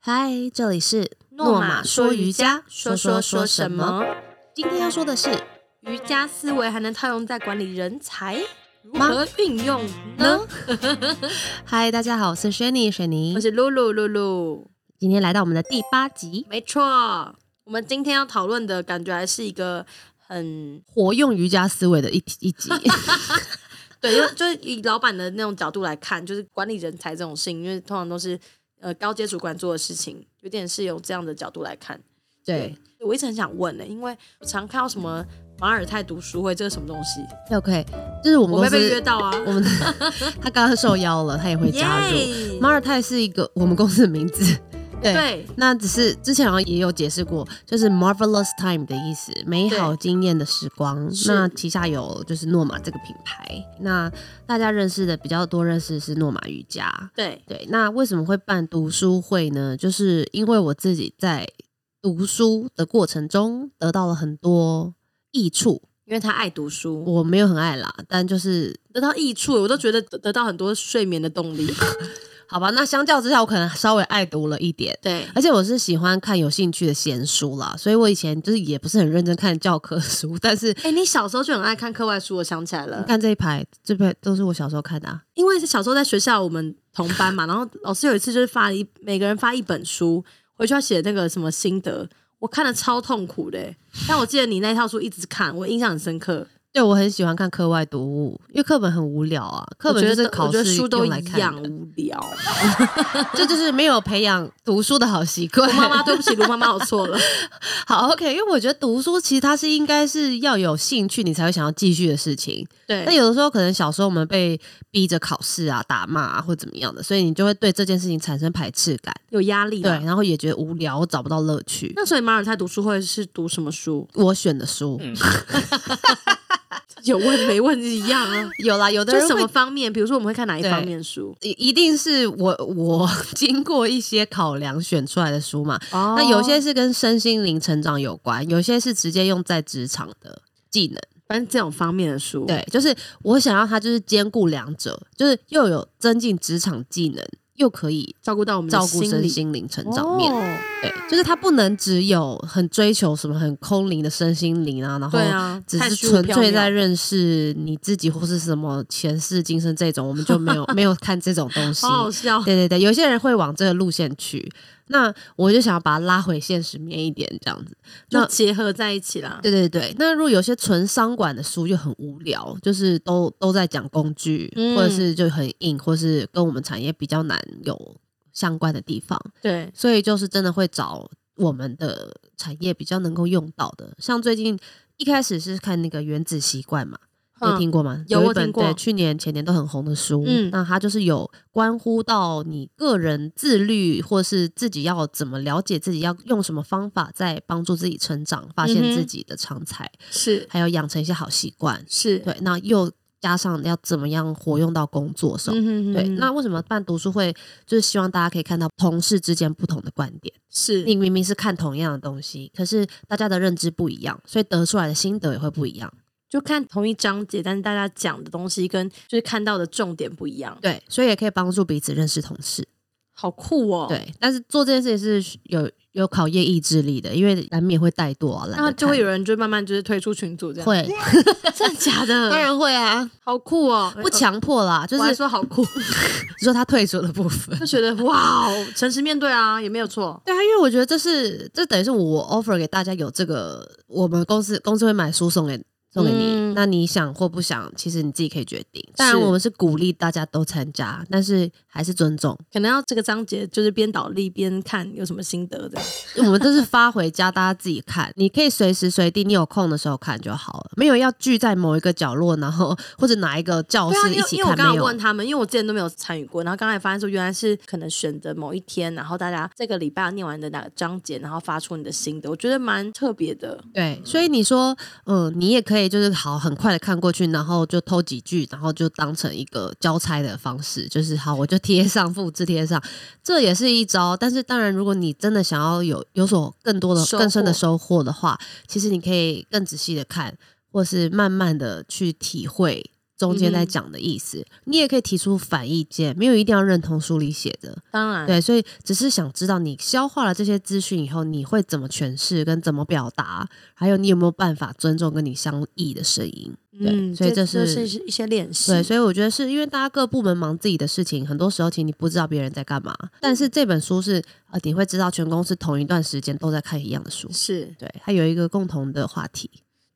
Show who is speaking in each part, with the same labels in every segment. Speaker 1: 嗨，这里是
Speaker 2: 诺玛说瑜伽，说说说什么？？
Speaker 1: 今天要说的是
Speaker 2: 瑜伽思维还能套用在管理人才，如
Speaker 1: 吗
Speaker 2: 何运用呢
Speaker 1: 呢？。嗨，大家好，我是 Shani 水泥
Speaker 2: 我，是露露露露，
Speaker 1: 今天来到我们的第八集，
Speaker 2: 没错。我们今天要讨论的感觉还是一个很
Speaker 1: 活用瑜伽思维的一一 集。
Speaker 2: 对，就就是以老板的那种角度来看，就是管理人才这种事情，因为通常都是呃高阶主管做的事情，有点是由这样的角度来看。
Speaker 1: 对
Speaker 2: 我一直很想问呢、欸因为我常看到什么马尔泰读书会，这是什么东西？
Speaker 1: ，OK，就是我们
Speaker 2: 我
Speaker 1: 公
Speaker 2: 会被约
Speaker 1: 司，
Speaker 2: 到啊！
Speaker 1: 我们 他刚刚受邀了，他也会加入。
Speaker 2: 耶
Speaker 1: 马尔泰是一个我们公司的名字，对。
Speaker 2: 对，
Speaker 1: 那只是之前好像也有解释过，就是 marvelous time 的意思，美好经验的时光。
Speaker 2: 是
Speaker 1: 那旗下有就是诺玛这个品牌，那大家认识的比较多认识是诺玛瑜伽。
Speaker 2: 对，
Speaker 1: 对，那为什么会办读书会呢？就是因为我自己在读书的过程中得到了很多益处。
Speaker 2: 因为他爱读书，
Speaker 1: 我没有很爱啦，但就是
Speaker 2: 得到益处，我都觉得得得到很多睡眠的动力。
Speaker 1: 好吧，那相较之下，我可能稍微爱读了一点。
Speaker 2: 对，
Speaker 1: 而且我是喜欢看有兴趣的闲书啦，所以我以前就是也不是很认真看教科书，但是
Speaker 2: 哎、你小时候就很爱看课外书，我想起来
Speaker 1: 你
Speaker 2: 了，
Speaker 1: 看这一排，这排都是我小时候看的、啊。
Speaker 2: 因为小时候在学校我们同班嘛，然后老师有一次就是发了一每个人发一本书，回去要写那个什么心得，我看的超痛苦的、欸但我记得你那一套书一直看，我印象很深刻。
Speaker 1: 对，我很喜欢看课外读物，因为课本很无聊啊，课
Speaker 2: 我
Speaker 1: 本
Speaker 2: 觉
Speaker 1: 就
Speaker 2: 得
Speaker 1: 是
Speaker 2: 我
Speaker 1: 考
Speaker 2: 觉得
Speaker 1: 试
Speaker 2: 书都
Speaker 1: 用来
Speaker 2: 一样
Speaker 1: 看的，
Speaker 2: 无聊。
Speaker 1: 这就是没有培养读书的好习 惯
Speaker 2: 我。妈妈，对不起，卢妈妈，我错了。
Speaker 1: 好 OK，因为我觉得读书其实它是应该是要有兴趣，你才会想要继续的事情。 那
Speaker 2: 对，
Speaker 1: 有的时候可能小时候我们被逼着考试啊、打骂啊或怎么样的，所以你就会对这件事情产生排斥感，
Speaker 2: 有压力
Speaker 1: 对，
Speaker 2: 的。
Speaker 1: 然后也觉得无聊，我找不到乐趣。
Speaker 2: 那所以马尔泰读书会是读什么书？
Speaker 1: 我选的书、
Speaker 2: 嗯有问没问一样啊。
Speaker 1: 有啦，有的
Speaker 2: 就
Speaker 1: 人
Speaker 2: 什么
Speaker 1: 会
Speaker 2: 方面？比如说我们会看哪一
Speaker 1: 对
Speaker 2: 方面书？
Speaker 1: 一一定是我我 经过一些考量选出来的书嘛。
Speaker 2: 哦
Speaker 1: 那有些是跟身心灵成长有关，有些是直接用在职场的技能。
Speaker 2: 反正这种方面的书，，
Speaker 1: 对，就是我想要它就是兼顾两者，就是又有增进职场技能，又可以
Speaker 2: 照顾到我们的
Speaker 1: 照顾
Speaker 2: 心
Speaker 1: 身
Speaker 2: 嗯理
Speaker 1: 心灵成长面。
Speaker 2: 哦
Speaker 1: 对，就是它不能只有很追求什么很空灵的身心灵啊，然后
Speaker 2: 对啊，
Speaker 1: 只
Speaker 2: 太
Speaker 1: 是
Speaker 2: 虚无
Speaker 1: 纯
Speaker 2: 缥
Speaker 1: 粹在
Speaker 2: 缈
Speaker 1: 认识你自己或是什么前世今生这种，我们就没有没有看这种东西
Speaker 2: 好。好笑。
Speaker 1: 对对对，有些人会往这个路线去，那我就想要把它拉回现实面一点，这样子。
Speaker 2: 就
Speaker 1: 那
Speaker 2: 结合在一起啦，
Speaker 1: 对对对，那如果有些纯商管的书就很无聊，就是都都在讲工具，
Speaker 2: 嗯
Speaker 1: 或者是就很硬，或是跟我们产业比较难有相关的地方。
Speaker 2: 对，
Speaker 1: 所以就是真的会找我们的产业比较能够用到的。像最近一开始是看那个《原子习惯》嘛，你有
Speaker 2: 嗯
Speaker 1: 听过吗？
Speaker 2: 有
Speaker 1: 有
Speaker 2: 我
Speaker 1: 一本
Speaker 2: 听过
Speaker 1: 对去年前年都很红的书，
Speaker 2: 嗯
Speaker 1: 那它就是有关乎到你个人自律，或是自己要怎么了解自己，要用什么方法在帮助自己成长，发现
Speaker 2: 嗯哼
Speaker 1: 自己的长才，
Speaker 2: 是
Speaker 1: 还有养成一些好习惯。
Speaker 2: 是，
Speaker 1: 对，那又加上要怎么样活用到工作上。
Speaker 2: 嗯哼哼
Speaker 1: 对，
Speaker 2: 哼
Speaker 1: 那为什么办读书会？就是希望大家可以看到同事之间不同的观点。
Speaker 2: 是
Speaker 1: 你明明是看同样的东西，可是大家的认知不一样，所以得出来的心得也会不一样。
Speaker 2: 就看同一章节，但是大家讲的东西跟就是看到的重点不一样，
Speaker 1: 对，所以也可以帮助彼此认识同事。
Speaker 2: 好酷哦。，
Speaker 1: 对，但是做这件事情是有有考验意志力的，因为难免会怠惰啊，懒
Speaker 2: 那
Speaker 1: 得
Speaker 2: 就会有
Speaker 1: 看
Speaker 2: 人就慢慢就是退出群组这样，
Speaker 1: 会，
Speaker 2: 真的假的？
Speaker 1: 当，然会啊，
Speaker 2: 好酷哦，
Speaker 1: 不强迫啦，就
Speaker 2: 我还
Speaker 1: 是
Speaker 2: 说好酷，
Speaker 1: 说他退出的部分
Speaker 2: 就。觉得哇哦，诚实面对啊，也没有错。
Speaker 1: 对啊，因为我觉得这是这等于是我 offer 给大家有这个，我们公司公司会买书送给送给你，
Speaker 2: 嗯
Speaker 1: 那你想或不想，其实你自己可以决定。当然，我们是鼓励大家都参加，但是还是尊重，
Speaker 2: 可能要这个章节就是边倒立边看有什么心得这样。
Speaker 1: 我们这是发回家，大家自己看，你可以随时随地，你有空的时候看就好了，没有要聚在某一个角落，然后或者哪一个教
Speaker 2: 对啊，
Speaker 1: 室
Speaker 2: 因
Speaker 1: 哦一
Speaker 2: 为
Speaker 1: 起
Speaker 2: 因为我
Speaker 1: 看，
Speaker 2: 刚
Speaker 1: 没
Speaker 2: 刚
Speaker 1: 有
Speaker 2: 问。他们，因为我之前都没有参与过，然后刚才发现说原来是可能选择某一天，然后大家这个礼拜要念完的哪个章节，然后发出你的心得，我觉得蛮特别的。
Speaker 1: 对，所以你说，嗯，你也可以就是好很快的看过去，然后就偷几句，然后就当成一个交差的方式，就是好，我就贴上复制贴上，这也是一招。但是当然，如果你真的想要有有所更多的
Speaker 2: 收获
Speaker 1: 更深的收获的话，其实你可以更仔细的看，或是慢慢的去体会中间
Speaker 2: 嗯
Speaker 1: 在讲的意思，你也可以提出反意见，没有一定要认同书里写的。
Speaker 2: 当然，
Speaker 1: 对，所以只是想知道你消化了这些资讯以后，你会怎么诠释跟怎么表达，还有你有没有办法尊重跟你相异的声音。对，
Speaker 2: 嗯，
Speaker 1: 所以
Speaker 2: 这
Speaker 1: 这
Speaker 2: 这
Speaker 1: 是
Speaker 2: 是一些练习。
Speaker 1: 对，所以我觉得是因为大家各部门忙自己的事情，很多时候其实你不知道别人在干嘛。但是这本书是呃，你会知道全公司同一段时间都在看一样的书，
Speaker 2: 是，
Speaker 1: 对，它有一个共同的话题。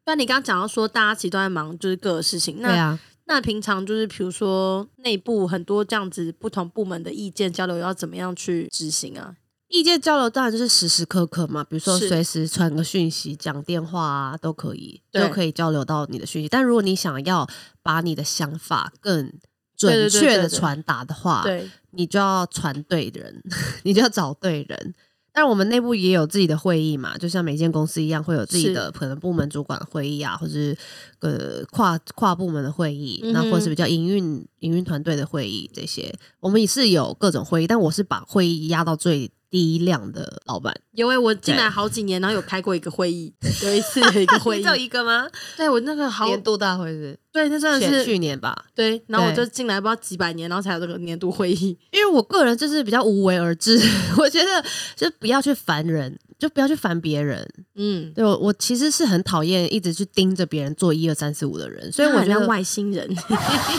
Speaker 2: 那你刚刚讲到说，大家其实都在忙就是各个事情。
Speaker 1: 对
Speaker 2: 那、
Speaker 1: 啊，
Speaker 2: 那平常就是比如说内部很多这样子不同部门的意见交流，要怎么样去执行啊？
Speaker 1: 意见交流当然就是时时刻刻嘛，比如说
Speaker 2: 是
Speaker 1: 随时传个讯息、讲电话啊，都可以，
Speaker 2: 对
Speaker 1: 都可以交流到你的讯息。但如果你想要把你的想法更准
Speaker 2: 对对对对
Speaker 1: 确的
Speaker 2: 对
Speaker 1: 传达的话，
Speaker 2: 对，
Speaker 1: 你就要传对人， 你就要找对人。但我们内部也有自己的会议嘛，就像每间公司一样，会有自己
Speaker 2: 是
Speaker 1: 的可能部门主管会议啊，或是呃跨跨部门的会议，
Speaker 2: 嗯哼
Speaker 1: 那、或是比较营运营运团队的会议这些，我们也是有各种会议，但我是把会议压到最低量的老板。
Speaker 2: 因为欸我进来好几年，然后有开过一个会议，有一次有一 个会议
Speaker 1: 只，有一个吗？
Speaker 2: 对我那个好，
Speaker 1: 年度大会是
Speaker 2: 对，那真
Speaker 1: 不是
Speaker 2: 的
Speaker 1: 前
Speaker 2: 是
Speaker 1: 去年吧？
Speaker 2: 对，然后我
Speaker 1: 对
Speaker 2: 就进来不知道几百年，然后才有这个年度会议。
Speaker 1: 因为我个人就是比较无为而治， 我觉得就不要去烦人，就不要去烦别人。
Speaker 2: 嗯，
Speaker 1: 对我，我其实是很讨厌一直去盯着别人做一二三四五的人，所以我
Speaker 2: 那很
Speaker 1: 觉
Speaker 2: 像
Speaker 1: 得，
Speaker 2: 外星人，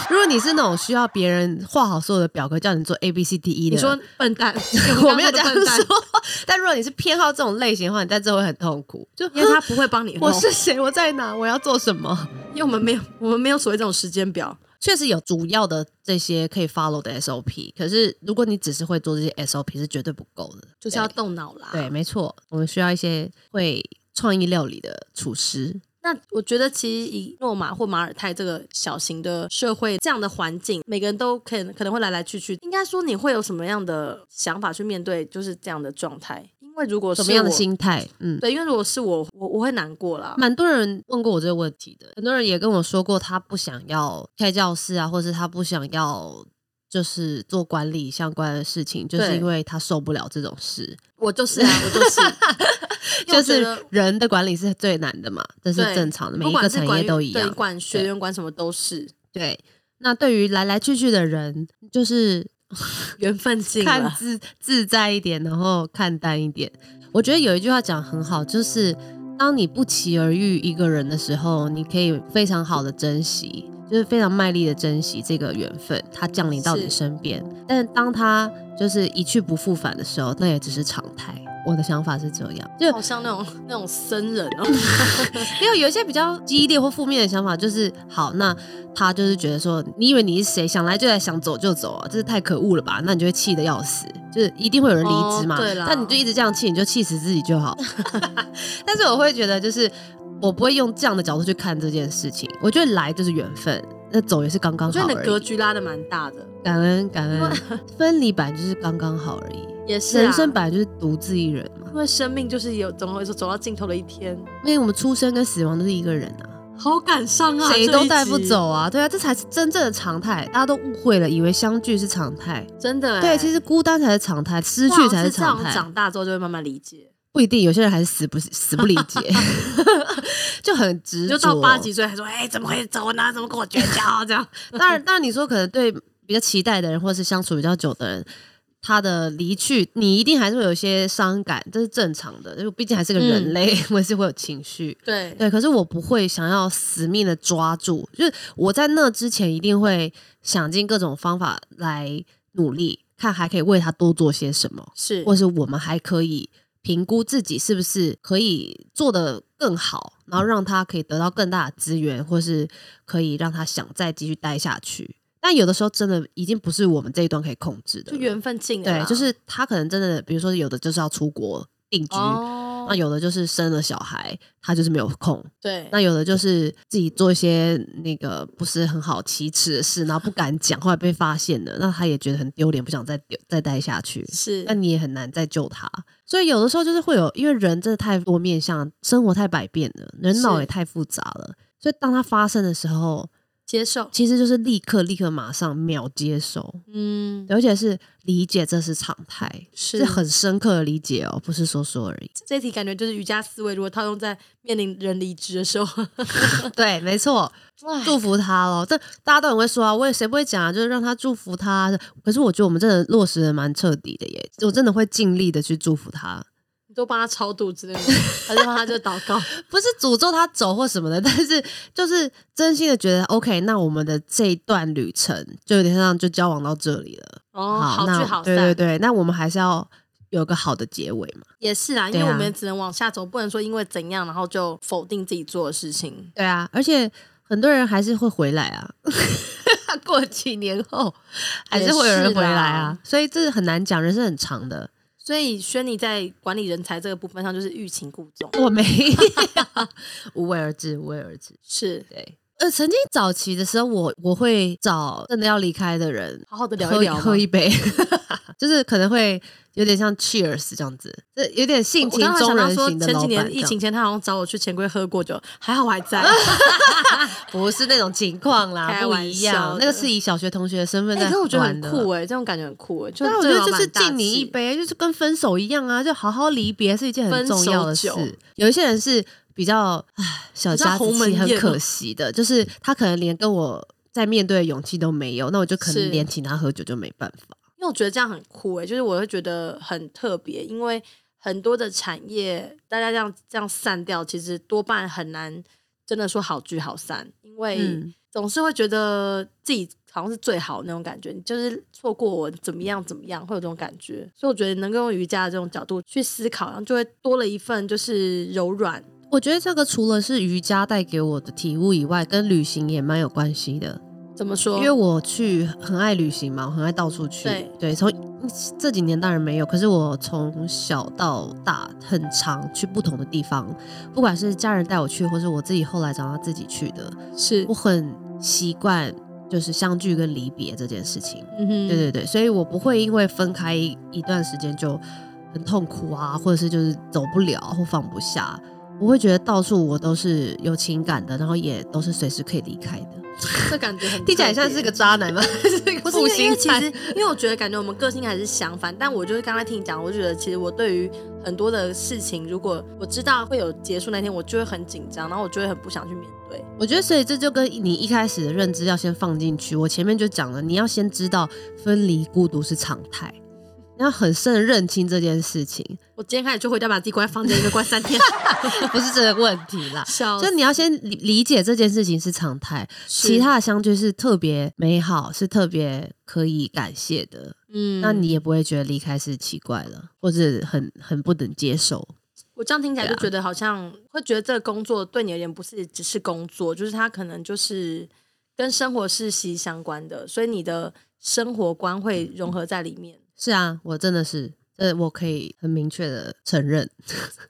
Speaker 1: 如果你是那种需要别人画好所有的表格叫你做 A B C D E 的，
Speaker 2: 你说笨蛋，
Speaker 1: 我没有这样
Speaker 2: 刚刚那个笨蛋
Speaker 1: 说，，但如果你是偏好这种类型的话，你在这会很痛苦，就
Speaker 2: 因为他不会帮你弄
Speaker 1: 我，是谁，我在哪，我要做什么。
Speaker 2: 因为我们没有我们没有所谓这种时间表。
Speaker 1: 确实有主要的这些可以 follow 的 SOP，可是如果你只是会做这些 SOP 是绝对不够的，
Speaker 2: 就是要动脑啦。
Speaker 1: 对，对，没错，我们需要一些会创意料理的厨师，
Speaker 2: 那我觉得其实以诺马或马尔泰这个小型的社会这样的环境，每个人都可能可能会来来去去。应该说你会有什么样的想法去面对就是这样的状态？因为如果是
Speaker 1: 什么样的
Speaker 2: 我
Speaker 1: 心态？嗯，
Speaker 2: 对，因为如果是我，我我会难过啦。
Speaker 1: 蛮多人问过我这个问题的，很多人也跟我说过，他不想要开教室啊，或是他不想要就是做管理相关的事情，就是
Speaker 2: 对
Speaker 1: 因为他受不了这种事。
Speaker 2: 我就是啊，我就是，因为
Speaker 1: 就
Speaker 2: 我觉
Speaker 1: 是
Speaker 2: 得
Speaker 1: 人的管理是最难的嘛，这是
Speaker 2: 对
Speaker 1: 正常的，每
Speaker 2: 不
Speaker 1: 一个
Speaker 2: 管是
Speaker 1: 产
Speaker 2: 管
Speaker 1: 业
Speaker 2: 乐
Speaker 1: 都一
Speaker 2: 对
Speaker 1: 样。
Speaker 2: 管学员管什么都是
Speaker 1: 对，那对于来来去去的人，就是
Speaker 2: 缘分尽
Speaker 1: 看
Speaker 2: 了。
Speaker 1: 自自在一点，然后看淡一点。我觉得有一句话讲得很好，就是当你不期而遇一个人的时候，你可以非常好的珍惜，就是非常卖力的珍惜这个缘分，它降临到你
Speaker 2: 是
Speaker 1: 身边。但是当它就是一去不复返的时候，那也只是常态。我的想法是这样，就
Speaker 2: 好像那种那种僧人哦，
Speaker 1: 因为有一些比较激烈或负面的想法，就是好，那他就是觉得说，你以为你是谁，想来就来，想走就走啊，这是太可恶了吧？那你就会气得要死，就是一定会有人离职嘛。
Speaker 2: 哦对啦
Speaker 1: 但你就一直这样气，你就气死自己就好。 但是我会觉得，就是我不会用这样的角度去看这件事情。我觉得来就是缘分，那走也是刚刚
Speaker 2: 我觉
Speaker 1: 好
Speaker 2: 得你的
Speaker 1: 而
Speaker 2: 格
Speaker 1: 已。
Speaker 2: 局拉的蛮大的，
Speaker 1: 感恩感 恩，分离版就是刚刚好而已。
Speaker 2: 也是、啊、
Speaker 1: 人生本来就是独自一人嘛，
Speaker 2: 因为生命就是有总会说走到尽头的一天，
Speaker 1: 因为我们出生跟死亡都是一个人啊。
Speaker 2: 好感伤啊，
Speaker 1: 谁
Speaker 2: 这
Speaker 1: 都
Speaker 2: 一
Speaker 1: 带不
Speaker 2: 集，
Speaker 1: 走啊！对啊，这才是真正的常态。大家都误会了，以为相聚是常态。
Speaker 2: 真的欸、
Speaker 1: 对，其实孤单才是常态，失
Speaker 2: 哇
Speaker 1: 去才
Speaker 2: 是
Speaker 1: 是
Speaker 2: 这样
Speaker 1: 常态。
Speaker 2: 长大之后就会慢慢理解，
Speaker 1: 不一定，有些人还是死不死不理解， 就很执着。
Speaker 2: 就到八几岁还说，哎、怎么会走呢？怎么跟我绝交？啊这样
Speaker 1: 当然，当然你说可能对比较期待的人，或是相处比较久的人，他的离去，你一定还是会有一些伤感，这是正常的。因为毕竟还是个人
Speaker 2: 嗯
Speaker 1: 类， 我也是会有情绪。
Speaker 2: 对
Speaker 1: 对，可是我不会想要死命的抓住，就是我在那之前一定会想尽各种方法来努力，看还可以为他多做些什么，
Speaker 2: 是
Speaker 1: 或是我们还可以评估自己是不是可以做得更好，然后让他可以得到更大的资源，或是可以让他想再继续待下去。但有的时候真的已经不是我们这一段可以控制的
Speaker 2: 就
Speaker 1: 了，
Speaker 2: 缘分尽了啦，
Speaker 1: 对，就是他可能真的，比如说有的就是要出国定居。
Speaker 2: 哦
Speaker 1: 那，有的就是生了小孩，他就是没有空，
Speaker 2: 对，
Speaker 1: 那有的就是自己做一些那个不是很好启齿的事，然后不敢讲，后来被发现了，那他也觉得很丢脸，不想再丢再待下去。
Speaker 2: 是
Speaker 1: 那你也很难再救他，所以有的时候就是会有，因为人真的太多面向，生活太百变了，人脑
Speaker 2: 是
Speaker 1: 也太复杂了，所以当它发生的时候，
Speaker 2: 接受，
Speaker 1: 其实就是立刻、立刻、马上、秒接受，
Speaker 2: 嗯，
Speaker 1: 而且是理解这是常态，
Speaker 2: 是
Speaker 1: 是很深刻的理解哦，不是说说而已。
Speaker 2: 这一题感觉就是瑜伽思维，如果套用在面临人离职的时候，
Speaker 1: 对，没错， 祝福他喽。但大家都很会说啊，我也谁不会讲啊，就是让他祝福他。啊可是我觉得我们真的落实的蛮彻底的耶，我真的会尽力的去祝福他，
Speaker 2: 你都帮他超度之 类的，还是帮他就祷告？
Speaker 1: 不是诅咒他走或什么的，但 是就是真心的觉得 OK，那我们的这一段旅程就有点像就交往到这里了。
Speaker 2: 哦，好
Speaker 1: 那
Speaker 2: 聚好
Speaker 1: 对
Speaker 2: 散，
Speaker 1: 对对，那我们还是要有个好的结尾嘛。
Speaker 2: 也是啦，因
Speaker 1: 对
Speaker 2: 为
Speaker 1: 啊
Speaker 2: 我们也只能往下走，不能说因为怎样然后就否定自己做的事情。
Speaker 1: 对啊，而且很多人还是会回来啊， 过几年后还是会有人回来啊，所以这很难讲，人生很长的。
Speaker 2: 所以轩尼在管理人才这个部分上就是欲擒故纵，
Speaker 1: 我没 无为而治，无为而治。
Speaker 2: 是
Speaker 1: 对，呃，曾经早期的时候，我我会找真的要离开的人
Speaker 2: 好好的聊
Speaker 1: 喝
Speaker 2: 一聊吗
Speaker 1: 喝一杯， 就是可能会有点像 Cheers 这样子，这有点性
Speaker 2: 我
Speaker 1: 情
Speaker 2: 刚刚
Speaker 1: 中
Speaker 2: 想到
Speaker 1: 人
Speaker 2: 说
Speaker 1: 型的
Speaker 2: 前
Speaker 1: 老
Speaker 2: 几
Speaker 1: 板这样。
Speaker 2: 年疫情前，他好像找我去钱柜喝过酒，还好我还在。
Speaker 1: 不是那种情况啦，
Speaker 2: 开
Speaker 1: 不
Speaker 2: 玩
Speaker 1: 一
Speaker 2: 笑
Speaker 1: 样。
Speaker 2: 的
Speaker 1: 那个是以小学同学的身份
Speaker 2: 哎、
Speaker 1: 在
Speaker 2: 可是我觉得很
Speaker 1: 玩的。
Speaker 2: 酷哎、这种感觉很酷哎、就
Speaker 1: 对啊，我觉
Speaker 2: 这
Speaker 1: 得
Speaker 2: 个
Speaker 1: 这
Speaker 2: 老板
Speaker 1: 是
Speaker 2: 很大
Speaker 1: 敬你一
Speaker 2: 气，
Speaker 1: 杯，就是跟分手一样啊，就好好离别是一件很
Speaker 2: 分手
Speaker 1: 重要的事
Speaker 2: 酒。
Speaker 1: 有一些人是比较唉小
Speaker 2: 知道
Speaker 1: 家子
Speaker 2: 鸿门
Speaker 1: 气，很
Speaker 2: 宴吗
Speaker 1: 可惜的，就是他可能连跟我在面对的勇气都没有，那我就可
Speaker 2: 是
Speaker 1: 能连请他喝酒就没办法。
Speaker 2: 因为我觉得这样很酷哎、就是我会觉得很特别，因为很多的产业大家这样这样散掉，其实多半很难真的说好聚好散，因为
Speaker 1: 嗯，
Speaker 2: 总是会觉得自己好像是最好的那种感觉，你就是错过我怎么样怎么样，会有这种感觉。所以我觉得能够用瑜伽的这种角度去思考，然后就会多了一份就是柔软。
Speaker 1: 我觉得这个除了是瑜伽带给我的体悟以外，跟旅行也蛮有关系的，
Speaker 2: 怎么说？
Speaker 1: 因为我去很爱旅行嘛，我很爱到处去。
Speaker 2: 对
Speaker 1: 从嗯这几年当然没有，可是我从小到大很常去不同的地方，不管是家人带我去，或是我自己后来长大自己去的，
Speaker 2: 是
Speaker 1: 我，很习惯就是相聚跟离别这件事情。
Speaker 2: 嗯哼
Speaker 1: 对对对，所以我不会因为分开一一段时间就很痛苦啊，或者是就是走不了或放不下，我会觉得到处我都是有情感的，然后也都是随时可以离开的。
Speaker 2: 这感觉很
Speaker 1: 听起来
Speaker 2: 特
Speaker 1: 像
Speaker 2: 别
Speaker 1: 是个渣男吗？ 是个
Speaker 2: 不是因
Speaker 1: 负
Speaker 2: 为因
Speaker 1: 心
Speaker 2: 为其
Speaker 1: 汉
Speaker 2: 实，因为我觉得感觉我们个性还是相反，但我就是刚才听你讲，我就觉得其实我对于很多的事情，如果我知道会有结束那天，我就会很紧张，然后我就会很不想去面对。
Speaker 1: 我觉得，所以这就跟你一开始的认知要先放进去。我前面就讲了，你要先知道分离孤独是常态，你要很深的认清这件事情，
Speaker 2: 我今天开始就回家把自己关在房间里面关三 天，
Speaker 1: 不是这个问题啦。
Speaker 2: 笑
Speaker 1: 就
Speaker 2: 死。
Speaker 1: 你要先理理解这件事情是常态，
Speaker 2: 是
Speaker 1: 其他的相聚是特别美好，是特别可以感谢的。
Speaker 2: 嗯
Speaker 1: 那你也不会觉得离开是奇怪了，或是很很不能接受。
Speaker 2: 我这样听起来就
Speaker 1: 对啊
Speaker 2: 觉得好像会觉得这个工作对你而言不是只是工作，就是它可能就是跟生活是息息相关的，所以你的生活观
Speaker 1: 嗯
Speaker 2: 会融合在里面。
Speaker 1: 是啊，我真的是，这我可以很明确的承认。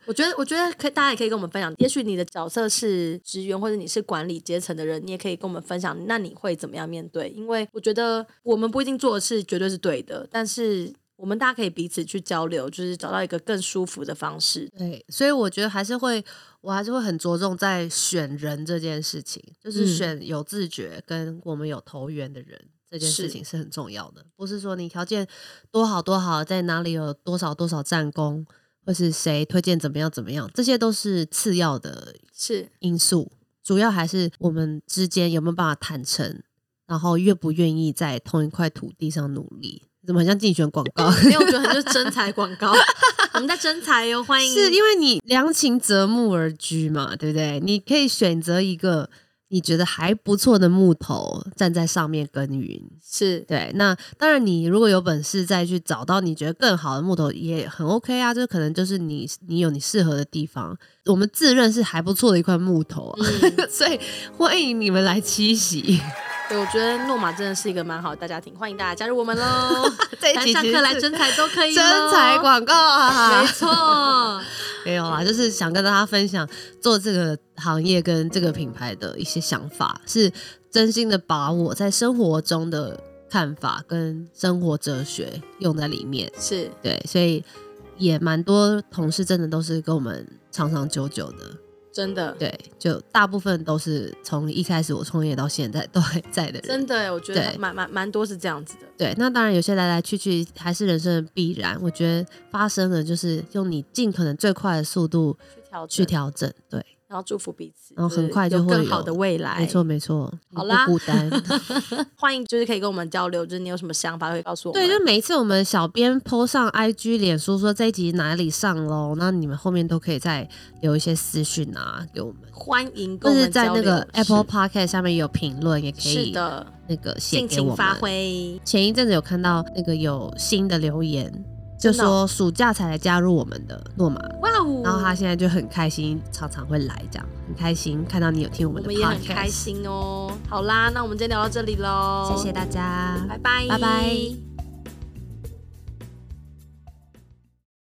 Speaker 2: 我觉得，我觉得可以，大家也可以跟我们分享。也许你的角色是职员，或者你是管理阶层的人，你也可以跟我们分享，那你会怎么样面对？因为我觉得我们不一定做的是绝对是对的，但是我们大家可以彼此去交流，就是找到一个更舒服的方式。
Speaker 1: 对，所以我觉得还是会，我还是会很着重在选人这件事情，就是
Speaker 2: 嗯
Speaker 1: 选有自觉跟我们有投缘的人。这件事
Speaker 2: 是
Speaker 1: 情是很重要的，不是说你条件多好多好，在哪里有多少多少战功，或是谁推荐怎么样怎么样，这些都是次要的
Speaker 2: 是
Speaker 1: 因素，主要还是我们之间有没有办法坦诚，然后愿不愿意在同一块土地上努力，怎么很像竞选广告？
Speaker 2: 没有，我觉得很就是征才广告， 我们在征才哟、欢迎。
Speaker 1: 是因为你良禽择木而居嘛，对不对？你可以选择一个你觉得还不错的木头，站在上面耕耘。
Speaker 2: 是
Speaker 1: 对，那当然，你如果有本事再去找到你觉得更好的木头，也很 OK 啊。这可能就是你你有你适合的地方。我们自认是还不错的一块木 头啊，所以欢迎你们来七喜。
Speaker 2: 对，我觉得诺玛真的是一个蛮好的大家庭，欢迎大家加入我们 喽。
Speaker 1: 这
Speaker 2: 来上课来征才都可以咯，
Speaker 1: 真才广告啊
Speaker 2: 没，错。
Speaker 1: 没有啦，就是想跟大家分享做这个行业跟这个品牌的一些想法，是真心的把我在生活中的看法跟生活哲学用在里面。
Speaker 2: 是，
Speaker 1: 对，所以也蛮多同事真的都是跟我们长长久久的，
Speaker 2: 真的，
Speaker 1: 对，就大部分都是从一开始我创业到现在都还在的人。
Speaker 2: 真的耶，欸我觉
Speaker 1: 对
Speaker 2: 得蛮蛮蛮多是这样子的。
Speaker 1: 对，那当然有些来来去去还是人生的必然。我觉得发生了就是用你尽可能最快的速度
Speaker 2: 去调
Speaker 1: 去
Speaker 2: 整，
Speaker 1: 调整。对，
Speaker 2: 然后祝福彼此，
Speaker 1: 然后很
Speaker 2: 是
Speaker 1: 快就
Speaker 2: 有
Speaker 1: 会
Speaker 2: 更
Speaker 1: 有
Speaker 2: 好的未来。
Speaker 1: 没错没错，你
Speaker 2: 好
Speaker 1: 不
Speaker 2: 啦
Speaker 1: 孤单。
Speaker 2: 欢迎就是可以跟我们交流，就是你有什么想法会告诉我 们。
Speaker 1: 对，就每一次我们小编 PO 上 IG、脸书说这一集哪里上喽，那你们后面都可以再留一些私讯啊给我们，
Speaker 2: 欢迎
Speaker 1: 或
Speaker 2: 跟我
Speaker 1: 是
Speaker 2: 们
Speaker 1: 在
Speaker 2: 交
Speaker 1: 那
Speaker 2: 流。
Speaker 1: 个 Apple
Speaker 2: 是
Speaker 1: Podcast 下面有评论，也可
Speaker 2: 是
Speaker 1: 以
Speaker 2: 的，
Speaker 1: 那个写
Speaker 2: 尽
Speaker 1: 给我
Speaker 2: 情
Speaker 1: 们。
Speaker 2: 发挥。
Speaker 1: 前一阵子有看到那个有新的留言，就
Speaker 2: 真的哦
Speaker 1: 说暑假才来加入我们的诺玛，
Speaker 2: 哇哦！
Speaker 1: 然后他现在就很开心，常常会来这样，很开心看到你有听我
Speaker 2: 我
Speaker 1: 们的
Speaker 2: 们也很开
Speaker 1: Podcast，
Speaker 2: 心哦。好啦，那我们今天聊到这里喽，
Speaker 1: 谢谢大家，
Speaker 2: 拜拜，
Speaker 1: 拜拜。